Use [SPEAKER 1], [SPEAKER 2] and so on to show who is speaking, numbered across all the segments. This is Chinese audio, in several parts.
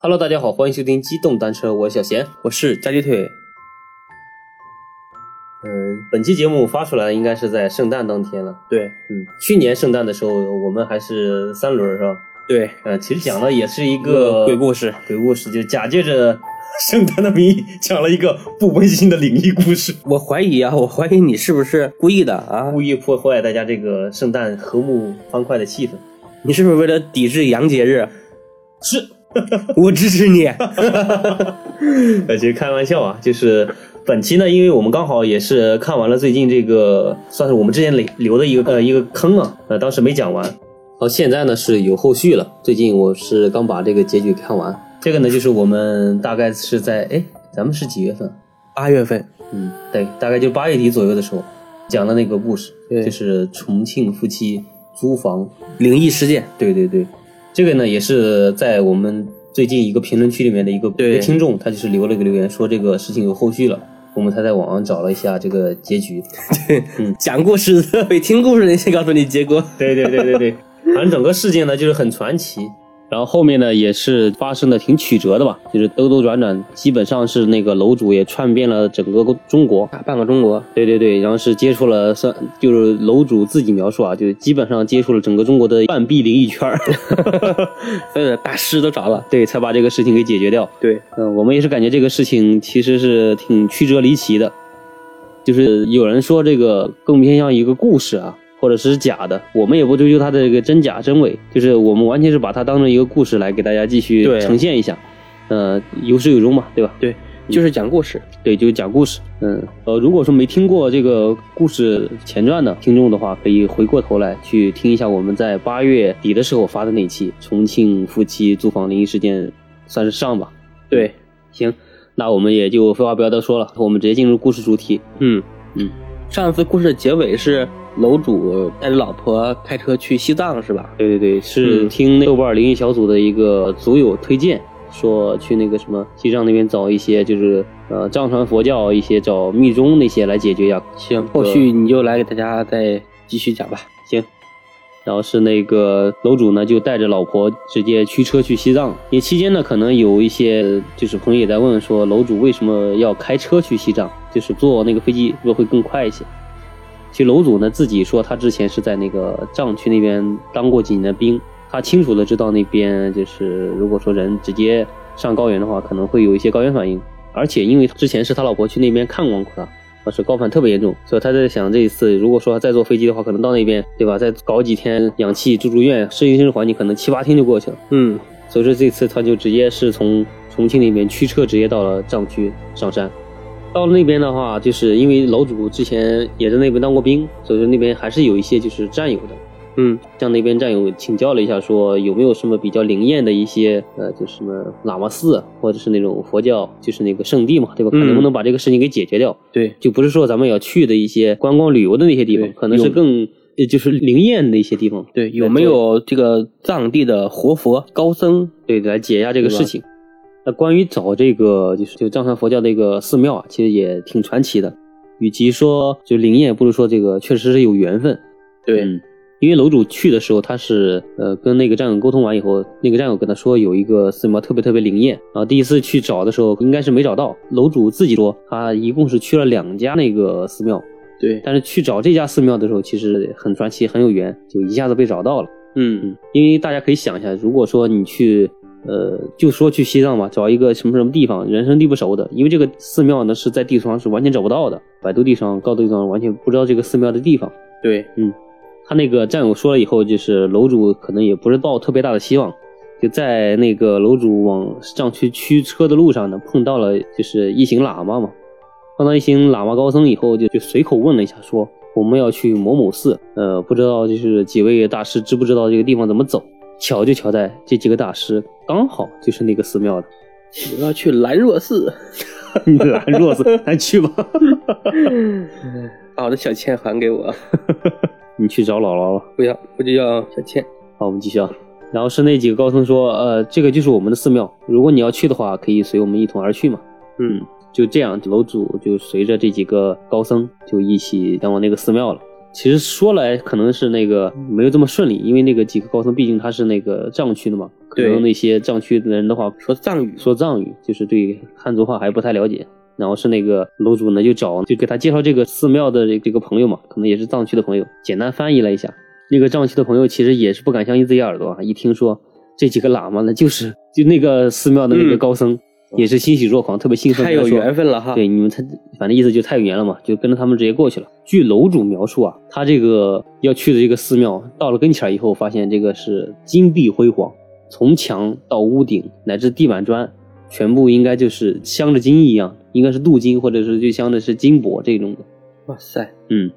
[SPEAKER 1] Hello，大家好，欢迎收听机动单车，我是小贤，
[SPEAKER 2] 我是加鸡腿。
[SPEAKER 1] 嗯，本期节目发出来应该是在圣诞当天了。
[SPEAKER 2] 对
[SPEAKER 1] 嗯，去年圣诞的时候，我们还是三轮儿是吧？
[SPEAKER 2] 对，
[SPEAKER 1] 呃，其实讲的也是一
[SPEAKER 2] 一个
[SPEAKER 1] 个
[SPEAKER 2] 鬼故事，
[SPEAKER 1] 鬼故事，就假借着 圣诞的名义讲了一个不温馨的灵异故事，
[SPEAKER 2] 我怀疑啊，我怀疑你是不是故意的啊？
[SPEAKER 1] 故意破坏大家这个圣诞和睦欢快的气氛。
[SPEAKER 2] 你是不是为了抵制洋节日？
[SPEAKER 1] 是，
[SPEAKER 2] 我支持你。
[SPEAKER 1] 呃，其实开玩笑啊，就是本期呢，因为我们刚好也是看完了最近这个，算是我们之前留留的一个呃一个坑啊，呃，当时没讲完，然后现在呢是有后续了，最近我是刚把这个结局看完，这个呢就是我们大概是在哎，咱们是几月份？
[SPEAKER 2] 八月份，
[SPEAKER 1] 嗯，对，大概就八月底左右的时候讲的那个故事，
[SPEAKER 2] 对
[SPEAKER 1] 就是重庆夫妻租房
[SPEAKER 2] 灵异事件，
[SPEAKER 1] 对对对，这个呢也是在我们最近一个评论区里面的一个
[SPEAKER 2] 对
[SPEAKER 1] 一个听众，他就是留了一个留言说这个事情有后续了，我们才在网上找了一下这个结局。
[SPEAKER 2] 讲故事的 比听故事的先告诉你结果。
[SPEAKER 1] 对对对 对对，反正整个事件呢就是很传奇。然后后面呢也是发生的挺曲折的吧，就是兜兜转转，基本上是那个楼主也串遍了整个中国，
[SPEAKER 2] 大啊半个中国，
[SPEAKER 1] 对对对，然后是接触了算就是楼主自己描述啊，就是基本上接触了整个中国的半壁灵异 圈儿，
[SPEAKER 2] 所有的大师都找了。
[SPEAKER 1] 对，才把这个事情给解决掉。
[SPEAKER 2] 对，
[SPEAKER 1] 嗯，我们也是感觉这个事情其实是挺曲折离奇的，就是有人说这个更偏向一个故事啊，或者是假的，我们也不追究它的这个真假真伪，就是我们完全是把它当成一个故事来给大家继续
[SPEAKER 2] 对
[SPEAKER 1] 呈现一下，呃，有始有终嘛，对吧？
[SPEAKER 2] 就是讲故事。
[SPEAKER 1] 对，就是讲故事。嗯，呃，如果说没听过这个故事前传的听众的话，可以回过头来去听一下我们在八月底的时候发的那期重庆夫妻租房灵异事件，算是上吧。
[SPEAKER 2] 对，
[SPEAKER 1] 行，那我们也就废话不要多说了，我们直接进入故事主题。
[SPEAKER 2] 嗯
[SPEAKER 1] 嗯。
[SPEAKER 2] 上次故事的结尾是楼主带着老婆开车去西藏，是吧？
[SPEAKER 1] 对对对，是
[SPEAKER 2] 嗯
[SPEAKER 1] 听豆瓣灵异小组的一个组友推荐，说去那个什么西藏那边找一些就是呃藏传佛教一些找密宗那些来解决一下
[SPEAKER 2] 行，后续你就来给大家再继续讲吧。
[SPEAKER 1] 行。然后是那个楼主呢，就带着老婆直接驱车去西藏。也期间呢，可能有一些就是朋友也在问说，楼主为什么要开车去西藏？就是坐那个飞机是不是会更快一些？其实楼主呢自己说，他之前是在那个藏区那边当过几年的兵，他清楚的知道那边就是如果说人直接上高原的话，可能会有一些高原反应。而且因为之前是他老婆去那边看望过他，当时高反特别严重，所以他在想这一次如果说再坐飞机的话，可能到那边对吧，再搞几天氧气住住院，适应生活环境，可能七八天就过去了。
[SPEAKER 2] 嗯，
[SPEAKER 1] 所以说这次他就直接是从重庆那边驱车直接到了藏区上山。到了那边的话，就是因为楼主之前也在那边当过兵，所以说那边还是有一些就是战友的。
[SPEAKER 2] 嗯，
[SPEAKER 1] 向那边战友请教了一下，说有没有什么比较灵验的一些呃，就是什么喇嘛寺啊或者是那种佛教，就是那个圣地嘛，对吧？看
[SPEAKER 2] 嗯
[SPEAKER 1] 能不能把这个事情给解决掉？
[SPEAKER 2] 对，
[SPEAKER 1] 就不是说咱们要去的一些观光旅游的那些地
[SPEAKER 2] 对
[SPEAKER 1] 方，可能是
[SPEAKER 2] 有
[SPEAKER 1] 更呃就是灵验的一些地方，
[SPEAKER 2] 对，有没有这个藏地的活佛高僧？
[SPEAKER 1] 对，来解压这个
[SPEAKER 2] 对吧
[SPEAKER 1] 事情。那关于找这个就是就藏传佛教的一个寺庙啊，其实也挺传奇的。与其说就灵验，不如说这个确实是有缘分。嗯，因为楼主去的时候，他是呃跟那个战友沟通完以后，那个战友跟他说有一个寺庙特别特别灵验，然后第一次去找的时候应该是没找到，楼主自己说他一共是去了两家那个寺庙，
[SPEAKER 2] 对，
[SPEAKER 1] 但是去找这家寺庙的时候其实很传奇，很有缘，就一下子被找到了。
[SPEAKER 2] 嗯，
[SPEAKER 1] 嗯，因为大家可以想一下，如果说你去，呃，就说去西藏吧，找一个什么什么地方人生地不熟的，因为这个寺庙呢是在地图上是完全找不到的，百度地上、高德地上完全不知道这个寺庙的地方。
[SPEAKER 2] 对，
[SPEAKER 1] 他那个战友说了以后，就是楼主可能也不是抱特别大的希望，就在那个楼主往藏区驱车的路上呢，碰到了就是一行喇嘛嘛，碰到一行喇嘛高僧以后就，就随口问了一下说，我们要去某某寺，呃，不知道就是几位大师知不知道这个地方怎么走？巧就巧在这几个大师刚好就是那个寺庙的，
[SPEAKER 2] 我要去兰若寺。
[SPEAKER 1] 你懒弱子，咱去吧，
[SPEAKER 2] 把我的小钱还给我，
[SPEAKER 1] 你去找姥姥了。
[SPEAKER 2] 不要，我就要小钱。
[SPEAKER 1] 好，我们继续啊。然后是那几个高僧说，呃，这个就是我们的寺庙，如果你要去的话，可以随我们一同而去嘛。
[SPEAKER 2] 嗯，
[SPEAKER 1] 就这样，楼主就随着这几个高僧就一起前往那个寺庙了。其实说来可能是那个没有这么顺利，因为那个几个高僧毕竟他是那个藏区的嘛，可
[SPEAKER 2] 对
[SPEAKER 1] 能那些藏区的人的话
[SPEAKER 2] 说藏语，
[SPEAKER 1] 说藏语，就是对汉族话还不太了解。然后是那个楼主呢，就找就给他介绍这个寺庙的这这个朋友嘛，可能也是藏区的朋友，简单翻译了一下。那个藏区的朋友其实也是不敢相信自己耳朵啊，一听说这几个喇嘛呢，就是就那个寺庙的那个
[SPEAKER 2] 嗯
[SPEAKER 1] 高僧，也是欣喜若狂，特别兴奋，
[SPEAKER 2] 太
[SPEAKER 1] 跟他
[SPEAKER 2] 有
[SPEAKER 1] 说
[SPEAKER 2] 缘分了哈。
[SPEAKER 1] 对，你们太反正意思就太远了嘛，就跟着他们直接过去了。据楼主描述啊，他这个要去的这个寺庙，到了跟前儿以后，发现这个是金碧辉煌，从墙到屋顶乃至地板砖，全部应该就是镶着金一样，应该是镀金或者是就镶的是金箔这种的。
[SPEAKER 2] 哇塞，
[SPEAKER 1] 嗯，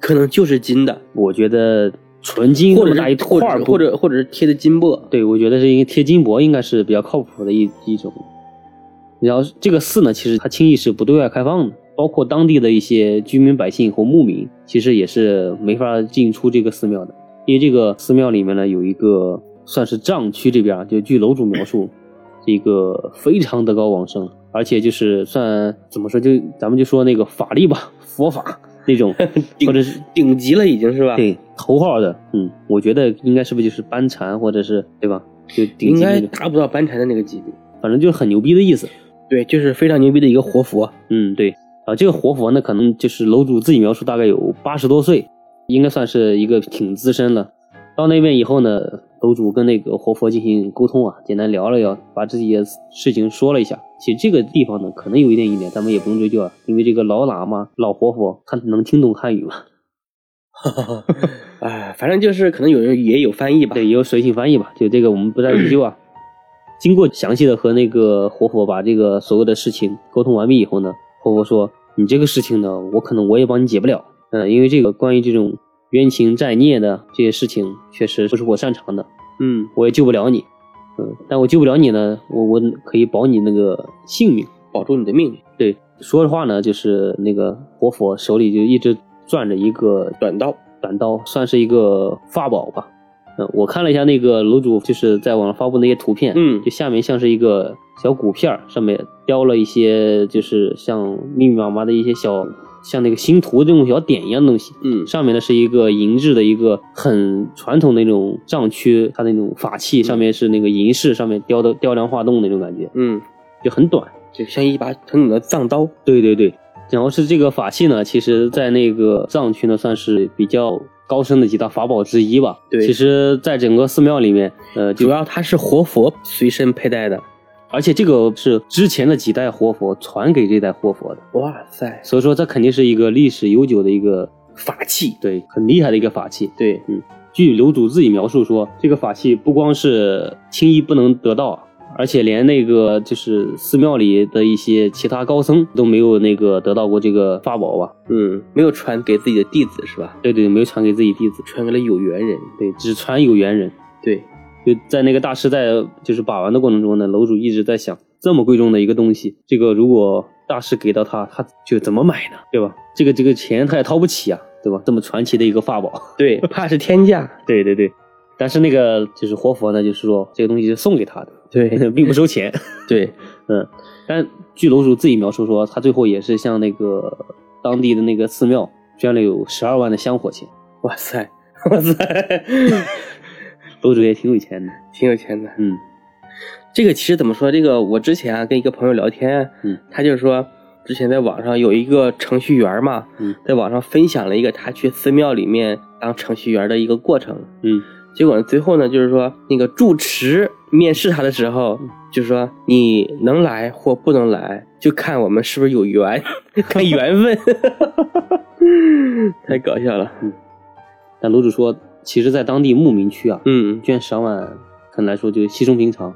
[SPEAKER 2] 可能就是金的，
[SPEAKER 1] 我觉得纯金
[SPEAKER 2] 或
[SPEAKER 1] 那
[SPEAKER 2] 者
[SPEAKER 1] 么大一
[SPEAKER 2] 是
[SPEAKER 1] 块
[SPEAKER 2] 或
[SPEAKER 1] 儿
[SPEAKER 2] 者
[SPEAKER 1] 不
[SPEAKER 2] 或者或者是贴的金箔。
[SPEAKER 1] 对，我觉得是因为贴金箔应该是比较靠谱的一一种。然后这个寺呢，其实它轻易是不对外开放的，包括当地的一些居民百姓和牧民，其实也是没法进出这个寺庙的，因为这个寺庙里面呢有一个算是藏区这边啊，就据楼主描述，这个非常德高望生，而且就是算怎么说，就咱们就说那个法力吧，佛法那种，或者是
[SPEAKER 2] 顶级了已经是吧？，
[SPEAKER 1] 对头号的，嗯，我觉得应该是不是就是班禅或者是对吧？就顶
[SPEAKER 2] 应
[SPEAKER 1] 级
[SPEAKER 2] 该
[SPEAKER 1] 那种，
[SPEAKER 2] 达不到班禅的那个级别。
[SPEAKER 1] 反正就是很牛逼的意思。
[SPEAKER 2] 对，就是非常牛逼的一个活佛。
[SPEAKER 1] 嗯，对啊，这个活佛呢，可能就是楼主自己描述大概有八十多岁，应该算是一个挺资深了。到那边以后呢，楼主跟那个活佛进行沟通啊，简单聊了聊，把自己的事情说了一下。其实这个地方呢，可能有一点疑点，咱们也不用追究啊，因为这个老喇嘛、老活佛，他能听懂汉语吗？
[SPEAKER 2] 哎，反正就是可能有人也有翻译吧。
[SPEAKER 1] 对，也有随性翻译吧，就这个我们不再追究啊。经过详细的和那个活佛把这个所有的事情沟通完毕以后呢，活佛说：“你这个事情呢，我可能我也帮你解不了，嗯，因为这个关于这种冤情债孽的这些事情，确实不是我擅长的，
[SPEAKER 2] 嗯，
[SPEAKER 1] 我也救不了你，嗯，但我救不了你呢，我我可以保你那个性命。”
[SPEAKER 2] 保住你的命，
[SPEAKER 1] 对，说实话呢，就是那个活佛手里就一直攥着一个
[SPEAKER 2] 呃短刀。
[SPEAKER 1] 短刀，算是一个法宝吧。嗯，我看了一下那个楼主就是在网上发布那些图片，
[SPEAKER 2] 嗯
[SPEAKER 1] 就下面像是一个小骨片儿，上面雕了一些就是像密密麻麻的一些小像那个星图这种小点一样的东西。
[SPEAKER 2] 嗯，
[SPEAKER 1] 上面呢是一个银制的一个很传统的那种藏区，它那种法器上面是那个银饰，上面雕的雕梁画栋那种感觉，
[SPEAKER 2] 嗯，
[SPEAKER 1] 就很短。
[SPEAKER 2] 就像一把很短的藏刀。
[SPEAKER 1] 对对对，然后是这个法器呢，其实在那个藏区呢，算是比较高深的几大法宝之一吧。
[SPEAKER 2] 对
[SPEAKER 1] 其实，在整个寺庙里面，呃，
[SPEAKER 2] 主
[SPEAKER 1] 就
[SPEAKER 2] 要它是活佛随身佩戴的。
[SPEAKER 1] 而且这个是之前的几代活佛传给这代活佛的，
[SPEAKER 2] 哇塞，
[SPEAKER 1] 所以说它肯定是一个历史悠久的一个，
[SPEAKER 2] 法器。
[SPEAKER 1] 对，很厉害的一个法器。
[SPEAKER 2] 对，嗯
[SPEAKER 1] 据楼主自己描述说，这个法器不光是轻易不能得到，而且连那个就是寺庙里的一些其他高僧都没有那个得到过这个法宝吧？
[SPEAKER 2] 嗯，没有传给自己的弟子是吧？
[SPEAKER 1] 对对，没有传给自己弟子。
[SPEAKER 2] 传给了有缘人。
[SPEAKER 1] 对，只传有缘人。
[SPEAKER 2] 对，
[SPEAKER 1] 就在那个大师在就是把玩的过程中呢，楼主一直在想，这么贵重的一个东西，这个如果大师给到他，他就怎么买呢？对吧？这个这个钱他也掏不起啊，对吧？这么传奇的一个法宝。
[SPEAKER 2] 对，怕是天价。
[SPEAKER 1] 对对对，但是那个就是活佛呢，就是说这个东西是送给他的，
[SPEAKER 2] 对
[SPEAKER 1] 并不收钱。
[SPEAKER 2] 对，
[SPEAKER 1] 嗯，但据楼主自己描述说，他最后也是向那个当地的那个寺庙捐了有十二万的香火钱，
[SPEAKER 2] 哇塞，哇塞，
[SPEAKER 1] 楼主也挺有钱的。
[SPEAKER 2] 挺有钱的。
[SPEAKER 1] 嗯
[SPEAKER 2] 这个其实怎么说？这个我之前啊跟一个朋友聊天，
[SPEAKER 1] 嗯，
[SPEAKER 2] 他就说之前在网上有一个程序员嘛，
[SPEAKER 1] 嗯，
[SPEAKER 2] 在网上分享了一个他去寺庙里面当程序员的一个过程。
[SPEAKER 1] 嗯
[SPEAKER 2] 结果呢，最后呢，就是说那个住持面试他的时候，
[SPEAKER 1] 嗯
[SPEAKER 2] 就说你能来或不能来，就看我们是不是有缘， 看缘分。 太搞笑了，
[SPEAKER 1] 但楼主说，其实，在当地牧民区啊，
[SPEAKER 2] 嗯，
[SPEAKER 1] 捐十万，可能来说就稀松平常。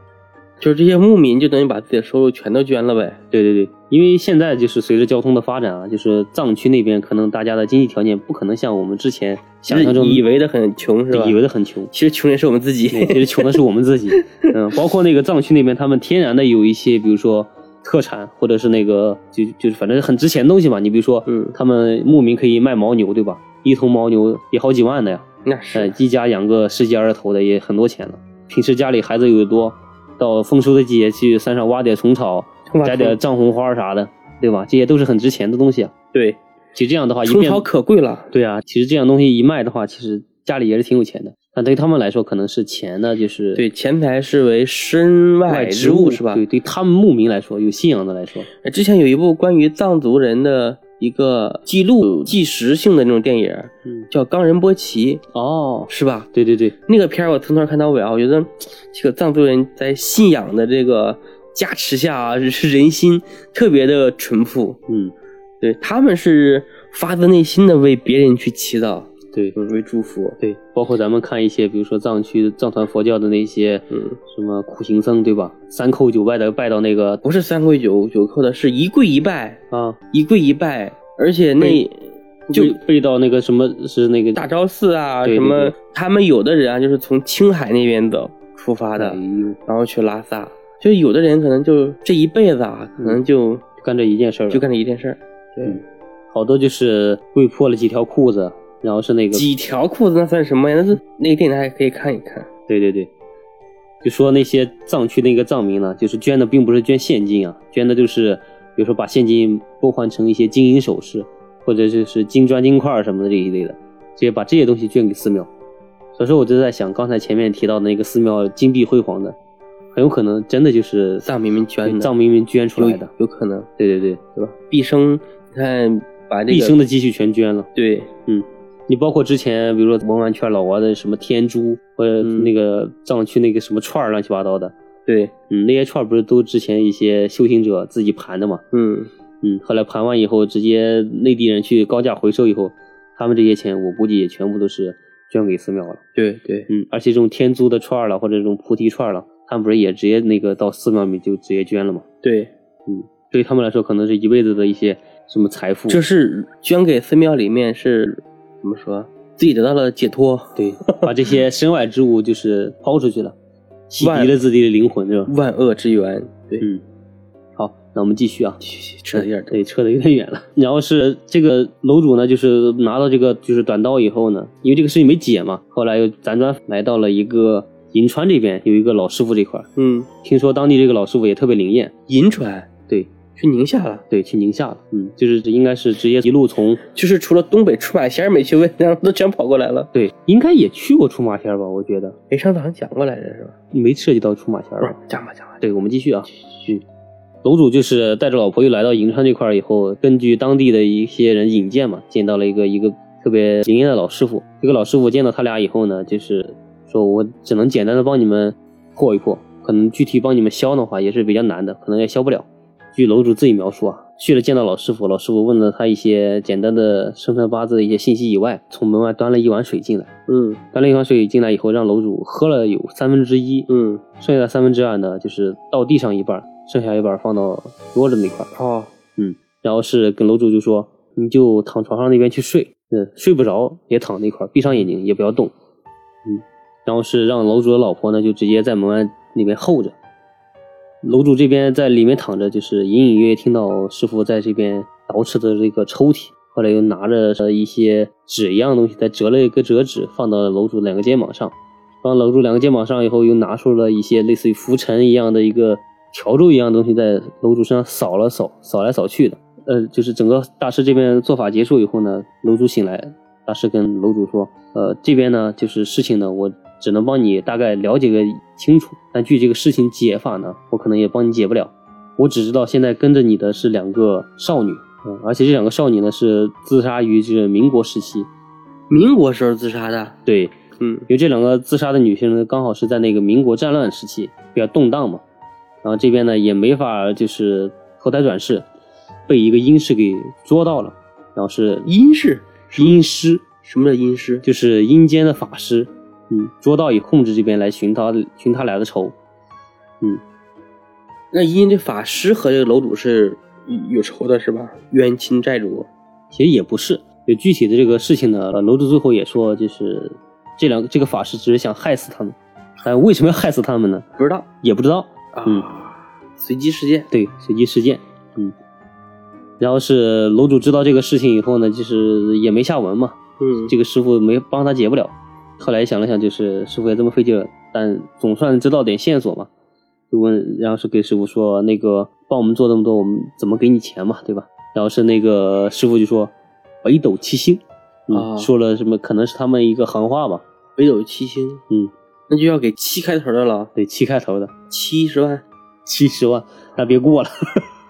[SPEAKER 2] 就是这些牧民就等于把自己的收入全都捐了呗。
[SPEAKER 1] 对对对，因为现在就是随着交通的发展啊，就是藏区那边可能大家的经济条件不可能像我们之前想象中
[SPEAKER 2] 以为的很穷是吧？
[SPEAKER 1] 以为的很穷，
[SPEAKER 2] 其实穷人是我们自己。
[SPEAKER 1] 对其实穷的是我们自己。嗯，包括那个藏区那边，他们天然的有一些，比如说特产，或者是那个就就是反正很值钱的东西嘛。你比如说，
[SPEAKER 2] 嗯
[SPEAKER 1] 他们牧民可以卖牦牛，对吧？一头牦牛也好几万的呀。
[SPEAKER 2] 那
[SPEAKER 1] 呃，
[SPEAKER 2] 是，
[SPEAKER 1] 一家养个十几二十头的也很多钱了。平时家里孩子又多，到丰收的季节去山上挖点虫草
[SPEAKER 2] 挖，
[SPEAKER 1] 摘点
[SPEAKER 2] 虫
[SPEAKER 1] 藏红花啥的，对吧？这些都是很值钱的东西啊。
[SPEAKER 2] 对，
[SPEAKER 1] 其实这样的话，一
[SPEAKER 2] 虫
[SPEAKER 1] 面
[SPEAKER 2] 草可贵了。
[SPEAKER 1] 对啊，其实这样东西一卖的话，其实家里也是挺有钱的。但对于他们来说，可能是钱呢，就是
[SPEAKER 2] 对，前排视为身外之物是吧？
[SPEAKER 1] 对，对他们牧民来说，有信仰的来说，
[SPEAKER 2] 呃之前有一部关于藏族人的一个记录、纪实性的那种电影，
[SPEAKER 1] 嗯，
[SPEAKER 2] 叫《冈仁波齐》，
[SPEAKER 1] 哦，
[SPEAKER 2] 是吧？
[SPEAKER 1] 对对对，
[SPEAKER 2] 那个片儿我从头看到尾啊，我觉得这个藏族人在信仰的这个加持下啊， 人心特别的淳朴，
[SPEAKER 1] 嗯，
[SPEAKER 2] 对他们是发自内心的为别人去祈祷，
[SPEAKER 1] 对
[SPEAKER 2] 为祝福。
[SPEAKER 1] 对，包括咱们看一些，比如说藏区藏传佛教的那些，
[SPEAKER 2] 嗯，
[SPEAKER 1] 什么苦行僧，对吧？三叩九拜的拜到那个
[SPEAKER 2] 不是三跪九九叩的，是一跪一拜，
[SPEAKER 1] 啊，
[SPEAKER 2] 一跪一拜，而且那
[SPEAKER 1] 对
[SPEAKER 2] 就
[SPEAKER 1] 背背到那个什么是那个
[SPEAKER 2] 大昭寺啊，
[SPEAKER 1] 对
[SPEAKER 2] 什
[SPEAKER 1] 对
[SPEAKER 2] 么
[SPEAKER 1] 对
[SPEAKER 2] 他们有的人啊，就是从青海那边走出发的，
[SPEAKER 1] 哎呦
[SPEAKER 2] 然后去拉萨。就有的人可能就这一辈子啊，可能就、
[SPEAKER 1] 嗯干这一件事儿了，
[SPEAKER 2] 就干这一件事儿。
[SPEAKER 1] 嗯好多就是跪破了几条裤子，然后是那个
[SPEAKER 2] 几条裤子那算什么呀？那是那个电影还可以看一看。
[SPEAKER 1] 对对对，就说那些藏区那个藏民呢，就是捐的并不是捐现金啊，捐的就是比如说把现金拨换成一些金银首饰，或者就是金砖金块儿什么的这一类的，直接把这些东西捐给寺庙。所以说我就在想，刚才前面提到的那个寺庙金碧辉煌的，很有可能真的就是
[SPEAKER 2] 藏民们捐的，
[SPEAKER 1] 藏民们捐出
[SPEAKER 2] 有
[SPEAKER 1] 来的。
[SPEAKER 2] 有可能，
[SPEAKER 1] 对对对，
[SPEAKER 2] 对吧？毕生，你看把这个
[SPEAKER 1] 毕生的积蓄全捐了。
[SPEAKER 2] 对
[SPEAKER 1] 你包括之前，比如说文玩圈老玩的什么天珠，或者
[SPEAKER 2] 嗯
[SPEAKER 1] 那个藏区那个什么串儿乱七八糟的，
[SPEAKER 2] 对，
[SPEAKER 1] 嗯，那些串儿不是都之前一些修行者自己盘的嘛？
[SPEAKER 2] 嗯，
[SPEAKER 1] 嗯，后来盘完以后，直接内地人去高价回收以后，他们这些钱我估计也全部都是捐给寺庙了。
[SPEAKER 2] 对对，
[SPEAKER 1] 嗯，而且这种天珠的串儿了，或者这种菩提串儿了，他们不是也直接那个到寺庙里面就直接捐了嘛？
[SPEAKER 2] 对，
[SPEAKER 1] 对于他们来说，可能是一辈子的一些什么财富。
[SPEAKER 2] 这是捐给寺庙里面是怎么说？啊自己得到了解脱，
[SPEAKER 1] 对， 把这些身外之物就是抛出去了，洗
[SPEAKER 2] 万
[SPEAKER 1] 涤了自己的灵魂，是吧？
[SPEAKER 2] 万恶之源。对，
[SPEAKER 1] 嗯，好，那我们继续啊。
[SPEAKER 2] 扯得有点多。
[SPEAKER 1] 对，扯得有点远了。 然后是这个楼主呢，就是拿到这个就是短刀以后呢，因为这个事情没解嘛，后来又辗转来到了一个银川这边，有一个老师傅这块儿，
[SPEAKER 2] 嗯，
[SPEAKER 1] 听说当地这个老师傅也特别灵验，
[SPEAKER 2] 银川
[SPEAKER 1] 对
[SPEAKER 2] 去宁夏了，
[SPEAKER 1] 对，去宁夏了，嗯，就是应该是直接一路从
[SPEAKER 2] 就是除了东北出马仙儿没去问，然后都全跑过来了。
[SPEAKER 1] 对，应该也去过出马仙儿吧，我觉得
[SPEAKER 2] 哎，上次好像讲过来着是吧？
[SPEAKER 1] 没涉及到出马仙
[SPEAKER 2] 不
[SPEAKER 1] 儿
[SPEAKER 2] 是
[SPEAKER 1] 吧？，
[SPEAKER 2] 讲吧讲吧。
[SPEAKER 1] 对，我们继续啊，嗯。楼主就是带着老婆又来到银川这块儿以后，根据当地的一些人引荐嘛，见到了一个一个特别灵验的老师傅。这个老师傅见到他俩以后呢，就是说我只能简单的帮你们破一破，可能具体帮你们消的话也是比较难的，可能也消不了。据楼主自己描述啊，去了见到老师傅，老师傅问了他一些简单的生辰八字的一些信息以外，从门外端了一碗水进来，
[SPEAKER 2] 嗯
[SPEAKER 1] 端了一碗水进来以后，让楼主喝了有三分之一，
[SPEAKER 2] 嗯，
[SPEAKER 1] 剩下的三分之二呢，就是倒地上一半儿，剩下一半儿放到桌子那块儿。嗯
[SPEAKER 2] 哦，
[SPEAKER 1] 然后是跟楼主就说，你就躺床上那边去睡，嗯，睡不着也躺那块儿，闭上眼睛也不要动，嗯。然后是让楼主的老婆呢，就直接在门外那边候着。楼主这边在里面躺着，就是隐隐约约听到师傅在这边捯饬的这个抽屉，后来又拿着呃一些纸一样的东西，再折了一个折纸放到楼主两个肩膀上，放到楼主两个肩膀上以后，又拿出了一些类似于拂尘一样的一个笤帚一样的东西，在楼主身上扫了扫，扫来扫去的。呃，就是整个大师这边做法结束以后呢，楼主醒来，大师跟楼主说，呃，这边呢就是事情呢，我只能帮你大概了解个清楚，但据这个事情解法呢，我可能也帮你解不了。我只知道现在跟着你的是两个少女，嗯，而且这两个少女呢是自杀于这个民国时期，
[SPEAKER 2] 民国时候自杀的。
[SPEAKER 1] 对，
[SPEAKER 2] 嗯
[SPEAKER 1] 因为这两个自杀的女性呢，刚好是在那个民国战乱时期比较动荡嘛，然后这边呢也没法就是投胎转世，被一个阴师给捉到了，然后是，
[SPEAKER 2] 阴是
[SPEAKER 1] 阴师，
[SPEAKER 2] 什么叫阴师？
[SPEAKER 1] 就是阴间的法师，嗯，捉到以控制这边来寻他寻他俩的仇，
[SPEAKER 2] 那阴这法师和这个楼主是有仇的是吧？冤亲债主。
[SPEAKER 1] 其实也不是，有具体的这个事情呢，楼主最后也说就是这两这个法师只是想害死他们，但为什么要害死他们呢？
[SPEAKER 2] 不知道
[SPEAKER 1] 也不知道，
[SPEAKER 2] 啊，
[SPEAKER 1] 嗯
[SPEAKER 2] 随机事件。
[SPEAKER 1] 对，随机事件，嗯。然后是楼主知道这个事情以后呢，就是也没下文嘛，
[SPEAKER 2] 嗯
[SPEAKER 1] 这个师傅没帮他解不了。后来想了想，就是师傅也这么费劲儿，但总算知道点线索嘛，就问，然后是给师傅说那个帮我们做这么多，我们怎么给你钱嘛，对吧？然后是那个师傅就说，北斗七星，嗯，
[SPEAKER 2] 啊
[SPEAKER 1] 说了什么？可能是他们一个行话吧，
[SPEAKER 2] 北斗七星，
[SPEAKER 1] 嗯，
[SPEAKER 2] 那就要给七开头的了，
[SPEAKER 1] 对，七开头的，
[SPEAKER 2] 七十万，
[SPEAKER 1] 七十万，那别过了，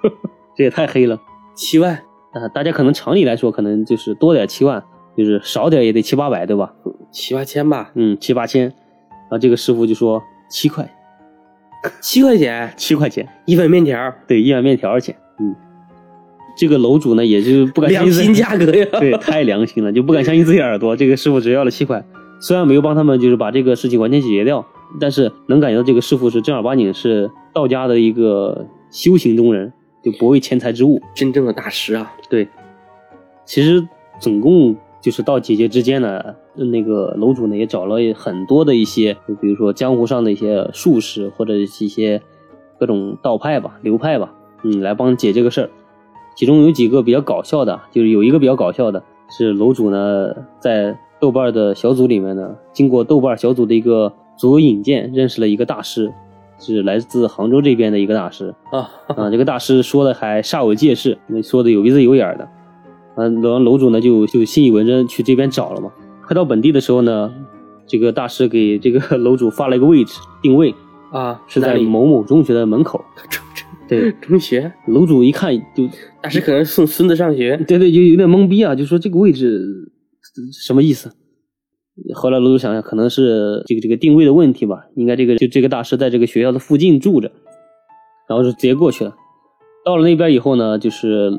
[SPEAKER 1] 这也太黑了。
[SPEAKER 2] 七万，
[SPEAKER 1] 啊、大家可能常理来说，可能就是多点七万，就是少点也得七八百，对吧？
[SPEAKER 2] 七八千吧，
[SPEAKER 1] 嗯，七八千。然后这个师傅就说七块，
[SPEAKER 2] 七块钱
[SPEAKER 1] 七块钱，
[SPEAKER 2] 一份面条，
[SPEAKER 1] 对，一碗面条钱。嗯，这个楼主呢，也就不敢相
[SPEAKER 2] 良
[SPEAKER 1] 信自己
[SPEAKER 2] 心价格 呀，
[SPEAKER 1] 对，太良心了，就不敢相信自己耳朵。这个师傅只要了七块，虽然没有帮他们就是把这个事情完全解决掉，但是能感觉到这个师傅是正儿八经是道家的一个修行中人，就不为钱财之物。
[SPEAKER 2] 真正的大师啊，
[SPEAKER 1] 对，其实总共就是到姐姐之间呢，那个楼主呢也找了很多的一些，就比如说江湖上的一些术士或者是一些各种道派吧、流派吧，嗯，来帮解这个事儿。其中有几个比较搞笑的，就是有一个比较搞笑的是楼主呢在豆瓣的小组里面呢，经过豆瓣小组的一个组友引荐，认识了一个大师，是来自杭州这边的一个大师。
[SPEAKER 2] 啊，
[SPEAKER 1] 啊，这个大师说的还煞有介事，那说的有鼻子有眼儿的。嗯，然后楼主呢就就信以为真，去这边找了嘛。快到本地的时候呢，这个大师给这个 楼主发了一个位置定位，
[SPEAKER 2] 啊，
[SPEAKER 1] 是
[SPEAKER 2] 是哪
[SPEAKER 1] 在
[SPEAKER 2] 里？
[SPEAKER 1] 某某中学的门口。对，
[SPEAKER 2] 中学，
[SPEAKER 1] 楼主一看就，
[SPEAKER 2] 大师可能送孙子上学，
[SPEAKER 1] 对对，就有点懵逼啊，就说这个位置什么意思？后来楼主想想，可能是这个这个定位的问题吧，应该这个就这个大师在这个学校的附近住着，然后就直接过去了。到了那边以后呢，就是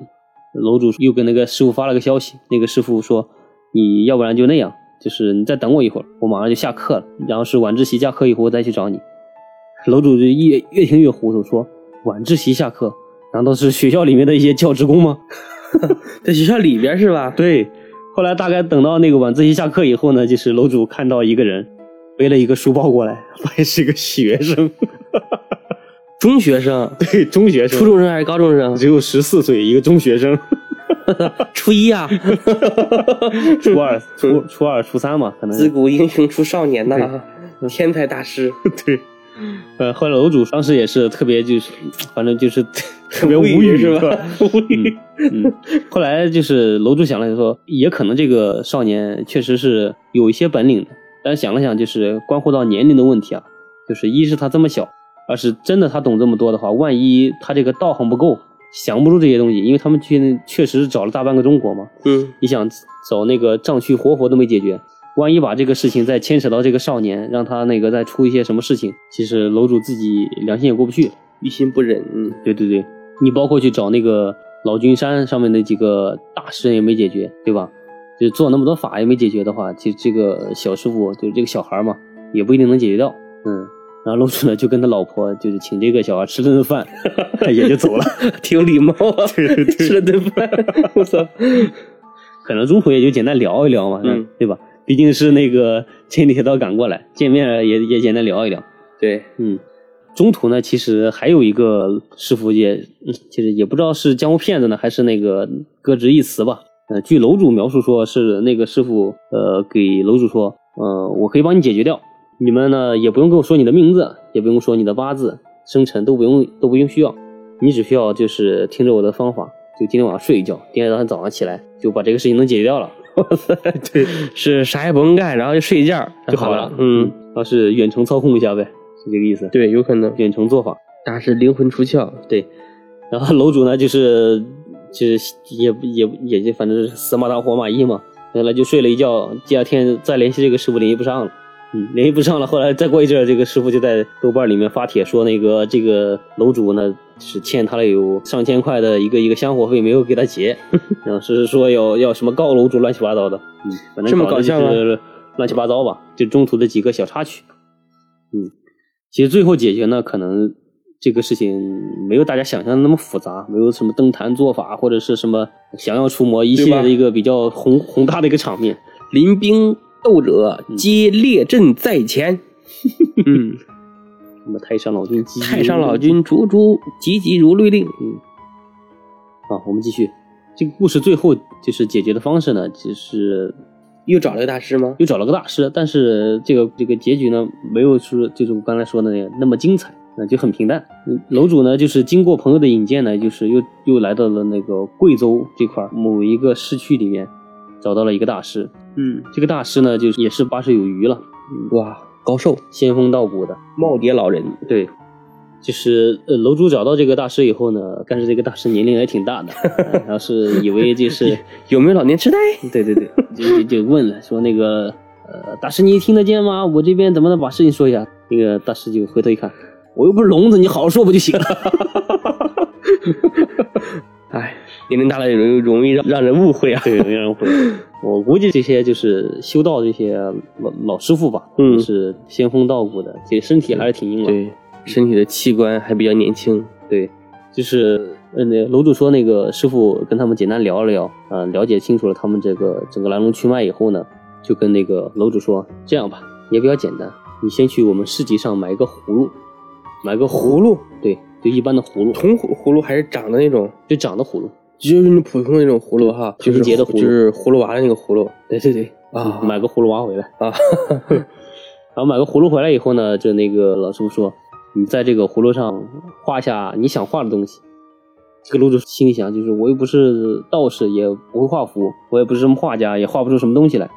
[SPEAKER 1] 楼主又跟那个师傅发了个消息，那个师傅说你要不然就那样，就是你再等我一会儿，我马上就下课了，然后是晚自习下课以后我再去找你。楼主就越越听越糊涂，说晚自习下课，难道是学校里面的一些教职工吗？
[SPEAKER 2] 在学校里边是吧？
[SPEAKER 1] 对，后来大概等到那个晚自习下课以后呢，就是楼主看到一个人背了一个书包过来，发现是个学生，
[SPEAKER 2] 中学生，
[SPEAKER 1] 对，中学
[SPEAKER 2] 初
[SPEAKER 1] 生，
[SPEAKER 2] 中生还是高中生？
[SPEAKER 1] 只有十四岁，一个中学生，
[SPEAKER 2] 初一啊，
[SPEAKER 1] 初二、初初二、初三嘛，可 能
[SPEAKER 2] 自古英雄出少年呐， 天才大师，
[SPEAKER 1] 对。呃，后来楼主当时也是特别，就是反正就是特别 无
[SPEAKER 2] 无语
[SPEAKER 1] 语，
[SPEAKER 2] 是 吧？无
[SPEAKER 1] 嗯，嗯，后来就是楼主想了想说，也可能这个少年确实是有一些本领的，但是想了想，就是关乎到年龄的问题啊，就是一是他这么小，二是真的他懂这么多的话，万一他这个道行不够，想不出这些东西，因为他们去确实是找了大半个中国嘛，
[SPEAKER 2] 嗯，
[SPEAKER 1] 你想找那个藏区活佛都没解决，万一把这个事情再牵扯到这个少年，让他那个再出一些什么事情，其实楼主自己良心也过不去。
[SPEAKER 2] 于心不忍，嗯，
[SPEAKER 1] 对对对，你包括去找那个老君山上面的几个大师也没解决，对吧？就做那么多法也没解决的话，其实这个小师傅就是这个小孩嘛，也不一定能解决掉。嗯，然后楼主呢就跟他老婆就是请这个小孩吃了 顿饭，也就走了。
[SPEAKER 2] 挺有礼貌 啊，
[SPEAKER 1] 对对对
[SPEAKER 2] 吃了顿饭， 我操，
[SPEAKER 1] 可能中途也就简单聊一聊嘛，
[SPEAKER 2] 嗯
[SPEAKER 1] 对吧？毕竟是那个千里铁道赶过来，见面也也简单聊一聊。
[SPEAKER 2] 对，
[SPEAKER 1] 嗯，中途呢，其实还有一个师傅也，嗯其实也不知道是江湖骗子呢，还是那个各执一词吧。呃，据楼主描述说，是那个师傅，呃，给楼主说，呃，我可以帮你解决掉，你们呢也不用跟我说你的名字，也不用说你的八字、生辰都不用都不用需要，你只需要就是听着我的方法，就今天晚上睡一觉，第二天早上起来就把这个事情能解决掉了。
[SPEAKER 2] 对，是啥也不用干，然后就睡一觉就好了，嗯，，
[SPEAKER 1] 要是远程操控一下呗，是这个意思。，
[SPEAKER 2] 对，有可能
[SPEAKER 1] 远程做法。
[SPEAKER 2] 大师灵魂出窍，
[SPEAKER 1] 对，然后楼主呢，就是就是也也也就反正是死马当活马医嘛，后来就睡了一觉，第二天再联系这个师傅联系不上了。嗯，联系不上了。后来再过一阵儿，这个师傅就在豆瓣里面发帖说，那个这个楼主呢是欠他了有上千块的一个一个香火费，没有给他结，然后是说要要什么告楼主乱七八糟的。嗯，反正
[SPEAKER 2] 这么
[SPEAKER 1] 搞
[SPEAKER 2] 搞
[SPEAKER 1] 的
[SPEAKER 2] 笑
[SPEAKER 1] 就
[SPEAKER 2] 吗
[SPEAKER 1] 是乱七八糟吧，就中途的几个小插曲。嗯，其实最后解决呢，可能这个事情没有大家想象的那么复杂，没有什么登坛做法或者是什么降妖除魔一系
[SPEAKER 2] 对吧
[SPEAKER 1] 列的一个比较宏宏大的一个场面。
[SPEAKER 2] 临兵斗者皆列阵在前，嗯，
[SPEAKER 1] 什么太上老君急急
[SPEAKER 2] 太上
[SPEAKER 1] 如
[SPEAKER 2] 老
[SPEAKER 1] 律
[SPEAKER 2] 君逐逐急急如律令，
[SPEAKER 1] 啊，我们继续。这个故事最后就是解决的方式呢，就是
[SPEAKER 2] 又找了个大师吗？
[SPEAKER 1] 又找了个大师，但是这个这个结局呢，没有说就是我刚才说的那样那么精彩，那就很平淡。嗯楼主呢，就是经过朋友的引荐呢，就是又又来到了那个贵州这块儿某一个市区里面，找到了一个大师。
[SPEAKER 2] 嗯，
[SPEAKER 1] 这个大师呢，就是也是八十有余了，
[SPEAKER 2] 哇，高寿，
[SPEAKER 1] 仙风道骨的。
[SPEAKER 2] 耄耋老人，
[SPEAKER 1] 对，就是呃，楼主找到这个大师以后呢，但是这个大师年龄也挺大的，呃然后是以为就是，
[SPEAKER 2] 有没有老年痴呆？
[SPEAKER 1] 对对对，就就就问了，说那个呃，大师你听得见吗？我这边怎么能把事情说一下？那个大师就回头一看， 我又不是聋子，你好好说不就行了？
[SPEAKER 2] 哎，年龄大了容易容易让让人误会啊。
[SPEAKER 1] 对，没有人回。 我估计这些就是修道这些老老师傅吧，
[SPEAKER 2] 嗯
[SPEAKER 1] 是仙风道骨的，这身体还是挺硬朗的。
[SPEAKER 2] 对，身体的器官还比较年轻。
[SPEAKER 1] 对，就是呃，那楼主说那个师傅跟他们简单聊了聊，啊、了解清楚了他们这个整个来龙去脉以后呢，就跟那个楼主说，这样吧，也比较简单，你先去我们市集上买一个葫芦，买个葫
[SPEAKER 2] 葫芦，
[SPEAKER 1] 对，就一般的葫芦，
[SPEAKER 2] 铜葫葫芦还是长的那种，
[SPEAKER 1] 就长的葫芦，
[SPEAKER 2] 就是那普通的那种葫芦哈，
[SPEAKER 1] 就
[SPEAKER 2] 就是是
[SPEAKER 1] 节的葫芦
[SPEAKER 2] 就是葫芦娃的那个葫芦
[SPEAKER 1] 对对对，
[SPEAKER 2] 啊
[SPEAKER 1] 买个葫芦娃回来，
[SPEAKER 2] 啊，
[SPEAKER 1] 然后买个葫芦回来以后呢，就那个老师傅说，你在这个葫芦上画下你想画的东西。这个楼主心里想，就是我又不是道士，也不会画符，我也不是什么画家，也画不出什么东西来，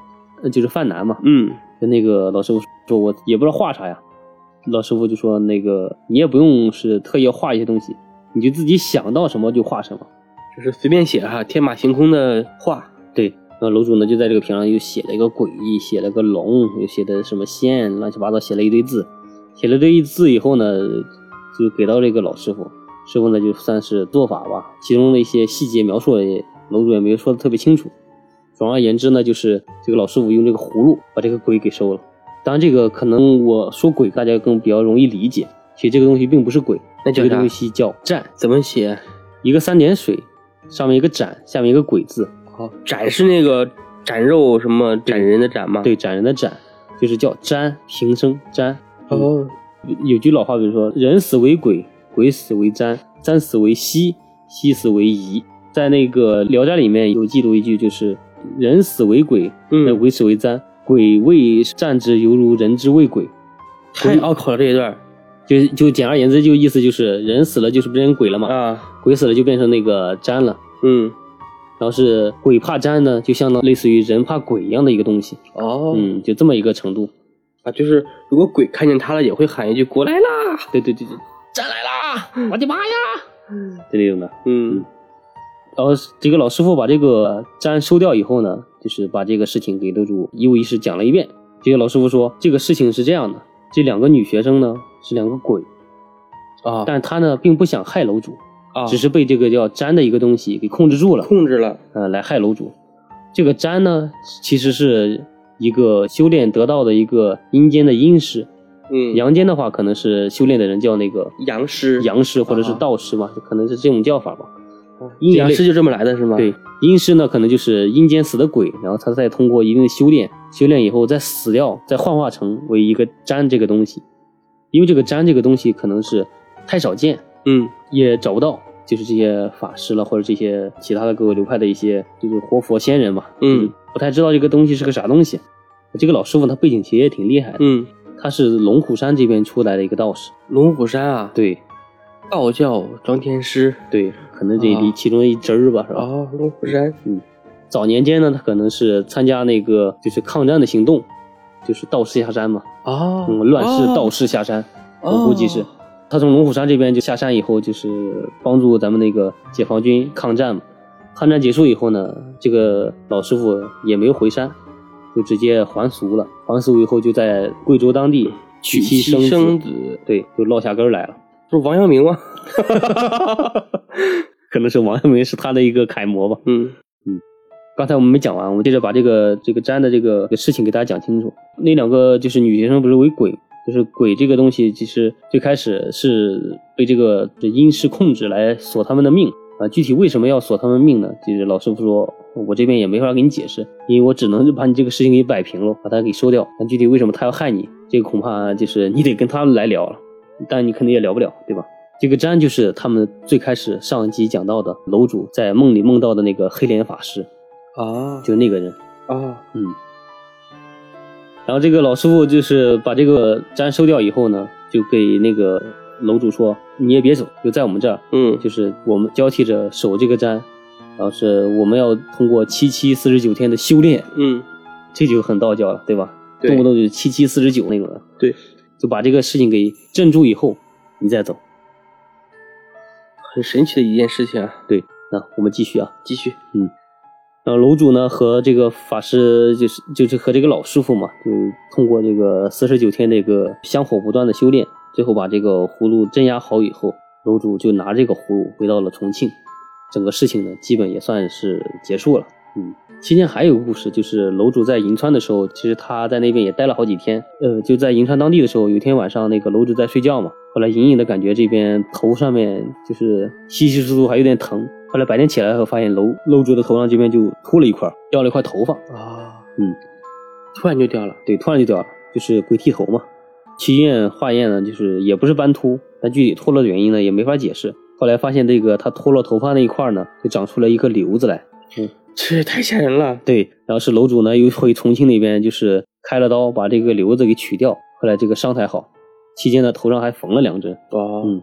[SPEAKER 1] 呃，就是犯难嘛。
[SPEAKER 2] 嗯，
[SPEAKER 1] 跟那个老师傅说，我也不知道画啥呀。老师傅就说，那个你也不用是特意画一些东西，你就自己想到什么就画什么。
[SPEAKER 2] 就是随便写哈，天马行空的画，
[SPEAKER 1] 对，那楼主呢就在这个屏上又写了一个诡异，写了个龙，又写的什么仙，乱七八糟写了一堆字，写了这一字以后呢，就给到这个老师傅，师傅呢就算是做法吧，其中的一些细节描述也楼主也没有说的特别清楚。总而言之呢，就是这个老师傅用这个葫芦把这个鬼给收了。当然，这个可能我说鬼大家更比较容易理解，其实这个东西并不是鬼，
[SPEAKER 2] 那叫
[SPEAKER 1] 这个
[SPEAKER 2] 啥
[SPEAKER 1] 东西叫占，
[SPEAKER 2] 怎么写？
[SPEAKER 1] 一个三点水，上面一个斩，下面一个鬼字。
[SPEAKER 2] 哦，展是那个斩肉什么斩人的斩吗？，
[SPEAKER 1] 对，斩人的斩，就是叫占，平生占。
[SPEAKER 2] 哦，
[SPEAKER 1] 有句老话，比如说“人死为鬼，鬼死为占，占死为西，西死为夷”。在那个《聊斋》里面有记录一句，就是“人死为鬼，那
[SPEAKER 2] 嗯，
[SPEAKER 1] 鬼死为占，鬼为占之，犹如人之为鬼
[SPEAKER 2] 太拗口了这一段”
[SPEAKER 1] 就。就简而言之，就意思就是人死了就是变成鬼了嘛，
[SPEAKER 2] 啊，
[SPEAKER 1] 鬼死了就变成那个占了。
[SPEAKER 2] 嗯，
[SPEAKER 1] 然后是鬼怕占呢，就相当类似于人怕鬼一样的一个东西，
[SPEAKER 2] 哦，
[SPEAKER 1] 嗯，就这么一个程度。
[SPEAKER 2] 啊，就是如果鬼看见他了，也会喊一句“过来啦
[SPEAKER 1] 对对对对，站来啦！我的妈呀！就那种的。”，
[SPEAKER 2] 嗯，
[SPEAKER 1] 然后这个老师傅把这个毡收掉以后呢，就是把这个事情给楼主一五一十讲了一遍。这个老师傅说，这个事情是这样的，这两个女学生呢是两个鬼，
[SPEAKER 2] 啊
[SPEAKER 1] 但他呢并不想害楼主，
[SPEAKER 2] 啊，
[SPEAKER 1] 只是被这个叫毡的一个东西给控制住了，
[SPEAKER 2] 控制了，
[SPEAKER 1] 呃，来害楼主。这个毡呢，其实是一个修炼得到的一个阴间的阴师，
[SPEAKER 2] 嗯，
[SPEAKER 1] 阳间的话可能是修炼的人叫那个
[SPEAKER 2] 阳师，
[SPEAKER 1] 阳师或者是
[SPEAKER 2] 啊
[SPEAKER 1] 道师吧，可能是这种叫法吧。阴
[SPEAKER 2] 阴
[SPEAKER 1] 阳
[SPEAKER 2] 阳
[SPEAKER 1] 类
[SPEAKER 2] 师就这么来的是吗？
[SPEAKER 1] 对，阴师呢可能就是阴间死的鬼，然后他再通过一定的修炼，修炼以后再死掉，再幻化成为一个占这个东西，因为这个占这个东西可能是太少见，
[SPEAKER 2] 嗯，
[SPEAKER 1] 也找不到，就是这些法师了或者这些其他的各个流派的一些就是活佛仙人嘛，
[SPEAKER 2] 嗯，
[SPEAKER 1] 不太知道这个东西是个啥东西。这个老师傅他背景其实也挺厉害的，
[SPEAKER 2] 嗯，
[SPEAKER 1] 他是龙虎山这边出来的一个道士，
[SPEAKER 2] 龙虎山啊，
[SPEAKER 1] 对
[SPEAKER 2] 道教装天师，
[SPEAKER 1] 对，可能这
[SPEAKER 2] 啊
[SPEAKER 1] 里其中一支儿吧，是吧？
[SPEAKER 2] 哦，龙虎山，
[SPEAKER 1] 早年间呢，他可能是参加那个就是抗战的行动，就是道士下山嘛，
[SPEAKER 2] 哦，
[SPEAKER 1] 嗯，乱世
[SPEAKER 2] 哦
[SPEAKER 1] 道，士下山，
[SPEAKER 2] 哦
[SPEAKER 1] 我估计是他从龙虎山这边就下山以后，就是帮助咱们那个解放军抗战嘛。抗战结束以后呢，这个老师傅也没有回山，就直接还俗了。还俗以后就在贵州当地娶
[SPEAKER 2] 娶
[SPEAKER 1] 妻
[SPEAKER 2] 妻
[SPEAKER 1] 生子，
[SPEAKER 2] 生子，
[SPEAKER 1] 对，就落下根儿来了。
[SPEAKER 2] 不是王阳明吗？
[SPEAKER 1] 可能是王阳明是他的一个楷模吧。
[SPEAKER 2] 嗯，
[SPEAKER 1] 刚才我们没讲完，我们接着把这个这个占的这个事情给大家讲清楚。那两个就是女学生不是为鬼，就是鬼这个东西，其实最开始是被这个阴势控制来锁他们的命啊。具体为什么要锁他们命呢？就是老师傅说，我这边也没法给你解释，因为我只能就把你这个事情给摆平了，把它给收掉。但具体为什么他要害你，这个恐怕就是你得跟他们来聊了，但你肯定也聊不了，对吧？这个占就是他们最开始上一集讲到的楼主在梦里梦到的那个黑莲法师。
[SPEAKER 2] 啊，
[SPEAKER 1] 就那个人。
[SPEAKER 2] 啊，
[SPEAKER 1] 然后这个老师傅就是把这个毡收掉以后呢，就给那个楼主说：“你也别走，就在我们这儿，
[SPEAKER 2] 嗯，
[SPEAKER 1] 就是我们交替着守这个毡，然后是我们要通过七七四十九天的修炼，
[SPEAKER 2] 嗯，
[SPEAKER 1] 这就很道教了，对吧？
[SPEAKER 2] 对
[SPEAKER 1] 动不动就七七四十九那种的，
[SPEAKER 2] 对，
[SPEAKER 1] 就把这个事情给镇住以后，你再走。
[SPEAKER 2] 很神奇的一件事情啊。
[SPEAKER 1] 对，那我们继续啊。
[SPEAKER 2] 继续，
[SPEAKER 1] 然后呃楼主呢和这个法师就是就是和这个老师傅嘛，就通过这个四十九天这个香火不断的修炼，最后把这个葫芦镇压好以后，楼主就拿这个葫芦回到了重庆，整个事情呢基本也算是结束了。嗯，期间还有个故事，就是楼主在银川的时候，其实他在那边也待了好几天。呃，就在银川当地的时候，有一天晚上，那个楼主在睡觉嘛，后来隐隐的感觉这边头上面就是稀稀疏疏，还有点疼。后来白天起来后，发现楼楼主的头上这边就秃了一块，掉了一块头发。
[SPEAKER 2] 啊，
[SPEAKER 1] 嗯，
[SPEAKER 2] 突然就掉了，
[SPEAKER 1] 对，突然就掉了，就是鬼剃头嘛。去医院化验呢，就是也不是斑秃，但具体脱落的原因呢也没法解释。后来发现这个他脱落头发那一块呢，就长出了一个瘤子来。
[SPEAKER 2] 这也太吓人了。
[SPEAKER 1] 对，然后是楼主呢又回重庆那边，就是开了刀把这个瘤子给取掉，后来这个伤才好。期间呢，头上还缝了两针。
[SPEAKER 2] 哦
[SPEAKER 1] 嗯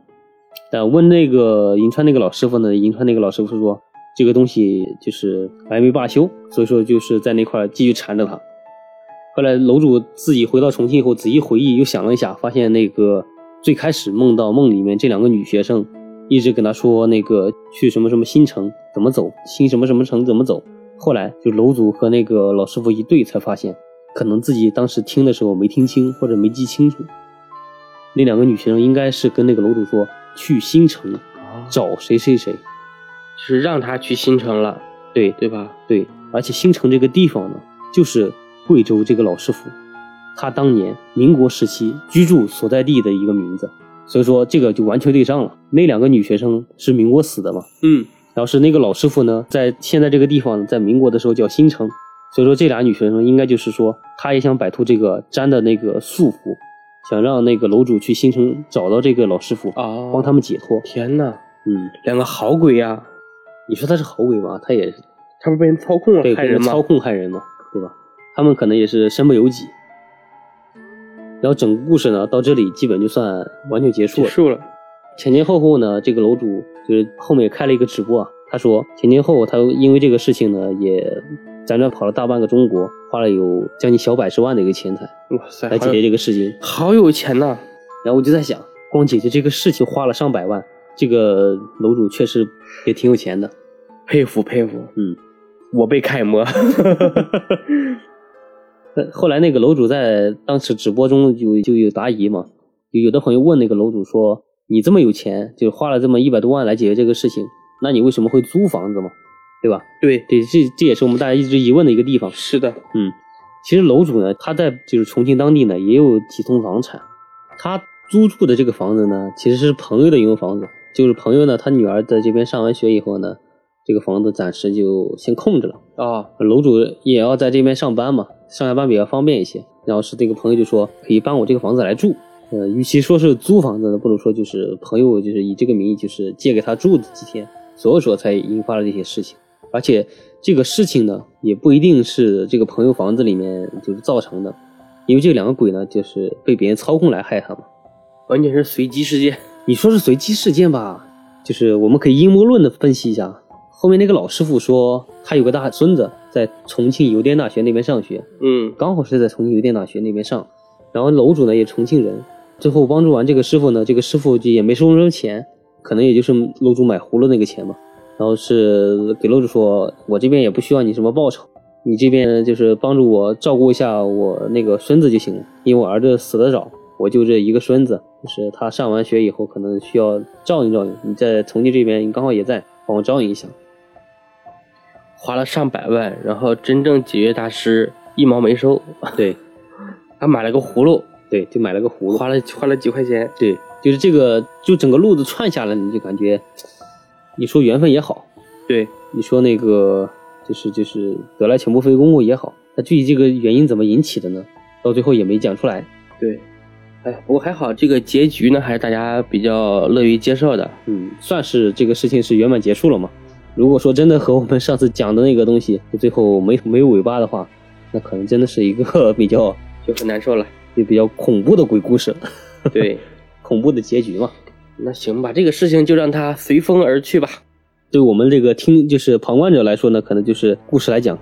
[SPEAKER 1] 但问那个银川那个老师傅呢，银川那个老师傅说，这个东西就是还没罢休，所以说就是在那块儿继续缠着他。后来楼主自己回到重庆以后，仔细回忆，又想了一下，发现那个最开始梦到梦里面这两个女学生一直跟他说那个去什么什么新城怎么走，新什么什么城怎么走。后来就楼主和那个老师傅一对，才发现可能自己当时听的时候没听清，或者没记清楚。那两个女学生应该是跟那个楼主说去新城
[SPEAKER 2] 哦
[SPEAKER 1] 找谁谁谁，
[SPEAKER 2] 就是让他去新城了，
[SPEAKER 1] 对
[SPEAKER 2] 对吧？
[SPEAKER 1] 对，而且新城这个地方呢，就是贵州这个老师傅他当年民国时期居住所在地的一个名字，所以说这个就完全对上了。那两个女学生是民国死的嘛，
[SPEAKER 2] 嗯，
[SPEAKER 1] 然后是那个老师傅呢，在现在这个地方，在民国的时候叫新城，所以说这俩女学生应该就是说，她也想摆脱这个粘的那个束缚，想让那个楼主去新城找到这个老师傅，
[SPEAKER 2] 哦
[SPEAKER 1] 帮他们解脱。
[SPEAKER 2] 天哪，
[SPEAKER 1] 嗯，
[SPEAKER 2] 两个好鬼呀、
[SPEAKER 1] 你说他是好鬼吧，他也是
[SPEAKER 2] 他不被人操控 了，
[SPEAKER 1] 被
[SPEAKER 2] 害人吗
[SPEAKER 1] 操？控害人嘛，对吧？他们可能也是身不由己。然后整个故事呢，到这里基本就算完全结束
[SPEAKER 2] 结
[SPEAKER 1] 了。
[SPEAKER 2] 束了，
[SPEAKER 1] 前前后后呢，这个楼主就是后面也开了一个直播啊，他说前前后后他因为这个事情呢，也辗转跑了大半个中国，花了有将近小百十万的一个钱财
[SPEAKER 2] 哇塞，
[SPEAKER 1] 来解
[SPEAKER 2] 好
[SPEAKER 1] 决
[SPEAKER 2] 有
[SPEAKER 1] 这个事情。
[SPEAKER 2] 好有钱呐、
[SPEAKER 1] 然后我就在想，光解决这个事情花了上百万，这个楼主确实也挺有钱的。
[SPEAKER 2] 佩服佩服。
[SPEAKER 1] 嗯，
[SPEAKER 2] 我被楷模，
[SPEAKER 1] 呃 后来那个楼主在当时直播中就就有答疑嘛，有有的朋友问那个楼主说：“你这么有钱，就花了这么一百多万来解决这个事情，那你为什么会租房子嘛？对吧？”
[SPEAKER 2] 对，
[SPEAKER 1] 对，这这也是我们大家一直疑问的一个地方。
[SPEAKER 2] 是的，
[SPEAKER 1] 嗯，其实楼主呢，他在就是重庆当地呢也有几栋房产，他租住的这个房子呢，其实是朋友的一栋房子，就是朋友呢，他女儿在这边上完学以后呢，这个房子暂时就先空着了。
[SPEAKER 2] 哦，
[SPEAKER 1] 楼主也要在这边上班嘛，上下班比较方便一些。然后是这个朋友就说可以搬我这个房子来住，呃，与其说是租房子呢，不如说就是朋友就是以这个名义就是借给他住几天，所以说才引发了这些事情。而且这个事情呢，也不一定是这个朋友房子里面就是造成的，因为这两个鬼呢，就是被别人操控来害他嘛。
[SPEAKER 2] 完全是随机事件。
[SPEAKER 1] 你说是随机事件吧，就是我们可以阴谋论的分析一下。后面那个老师傅说，他有个大孙子在重庆邮电大学那边上学，
[SPEAKER 2] 嗯，
[SPEAKER 1] 刚好是在重庆邮电大学那边上，然后楼主呢也重庆人，最后帮助完这个师傅呢，这个师傅就也没收什么钱，可能也就是楼主买葫芦那个钱嘛，然后是给楼主说，我这边也不需要你什么报酬，你这边就是帮助我照顾一下我那个孙子就行了，因为我儿子死得早，我就这一个孙子，就是他上完学以后可能需要照应照应，你在重庆这边你刚好也在，帮我照应一下，
[SPEAKER 2] 花了上百万，然后真正解决大师一毛没收，
[SPEAKER 1] 对
[SPEAKER 2] 还买了个葫芦，
[SPEAKER 1] 对，就买了个葫芦。
[SPEAKER 2] 花了花了几块钱。
[SPEAKER 1] 对，就是这个，就整个路子串下来，你就感觉，你说缘分也好，
[SPEAKER 2] 对，
[SPEAKER 1] 你说那个就是就是得来全不费工夫也好，那具体这个原因怎么引起的呢？到最后也没讲出来。
[SPEAKER 2] 对，哎，不过还好，这个结局呢，还是大家比较乐于接受的。
[SPEAKER 1] 嗯，算是这个事情是圆满结束了嘛。如果说真的和我们上次讲的那个东西，就最后没没有尾巴的话，那可能真的是一个 比较
[SPEAKER 2] 就很难受了。
[SPEAKER 1] 就比较恐怖的鬼故 事，
[SPEAKER 2] 对，
[SPEAKER 1] 恐怖的结局嘛。
[SPEAKER 2] 那行吧，这个事情就让它随风而去吧。
[SPEAKER 1] 对我们这个听就是旁观者来说呢，可能就是故事来讲，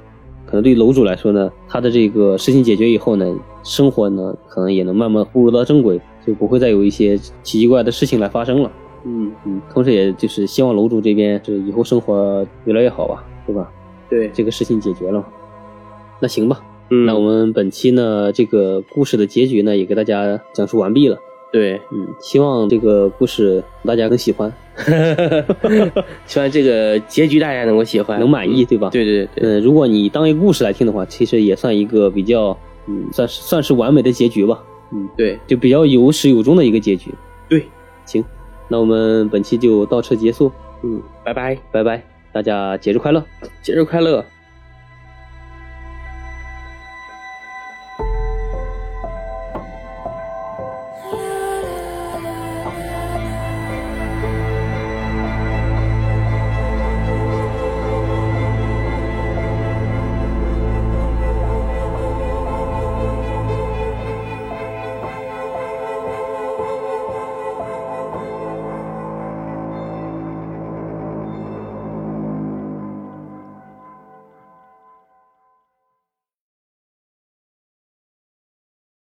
[SPEAKER 1] 可能对楼主来说呢，他的这个事情解决以后呢，生活呢可能也能慢慢步入到正轨，就不会再有一些奇奇怪的事情来发生了。
[SPEAKER 2] 嗯，
[SPEAKER 1] 嗯，同时也就是希望楼主这边是以后生活越来越好吧，对吧？
[SPEAKER 2] 对，
[SPEAKER 1] 这个事情解决了嘛，那行吧，
[SPEAKER 2] 嗯，
[SPEAKER 1] 那我们本期呢这个故事的结局呢也给大家讲述完毕了。
[SPEAKER 2] 对，
[SPEAKER 1] 嗯，希望这个故事大家能喜欢，
[SPEAKER 2] 希望这个结局大家能够喜欢，
[SPEAKER 1] 能满意，对吧？。
[SPEAKER 2] 对对对对，
[SPEAKER 1] 嗯，如果你当一故事来听的话，其实也算一个比较，嗯，算是算是完美的结局吧，
[SPEAKER 2] 对
[SPEAKER 1] 就比较有始有终的一个结局。
[SPEAKER 2] 对，
[SPEAKER 1] 行，那我们本期就到此结束，
[SPEAKER 2] 嗯，拜拜，
[SPEAKER 1] 拜拜，大家节日快乐。
[SPEAKER 2] 节日快乐。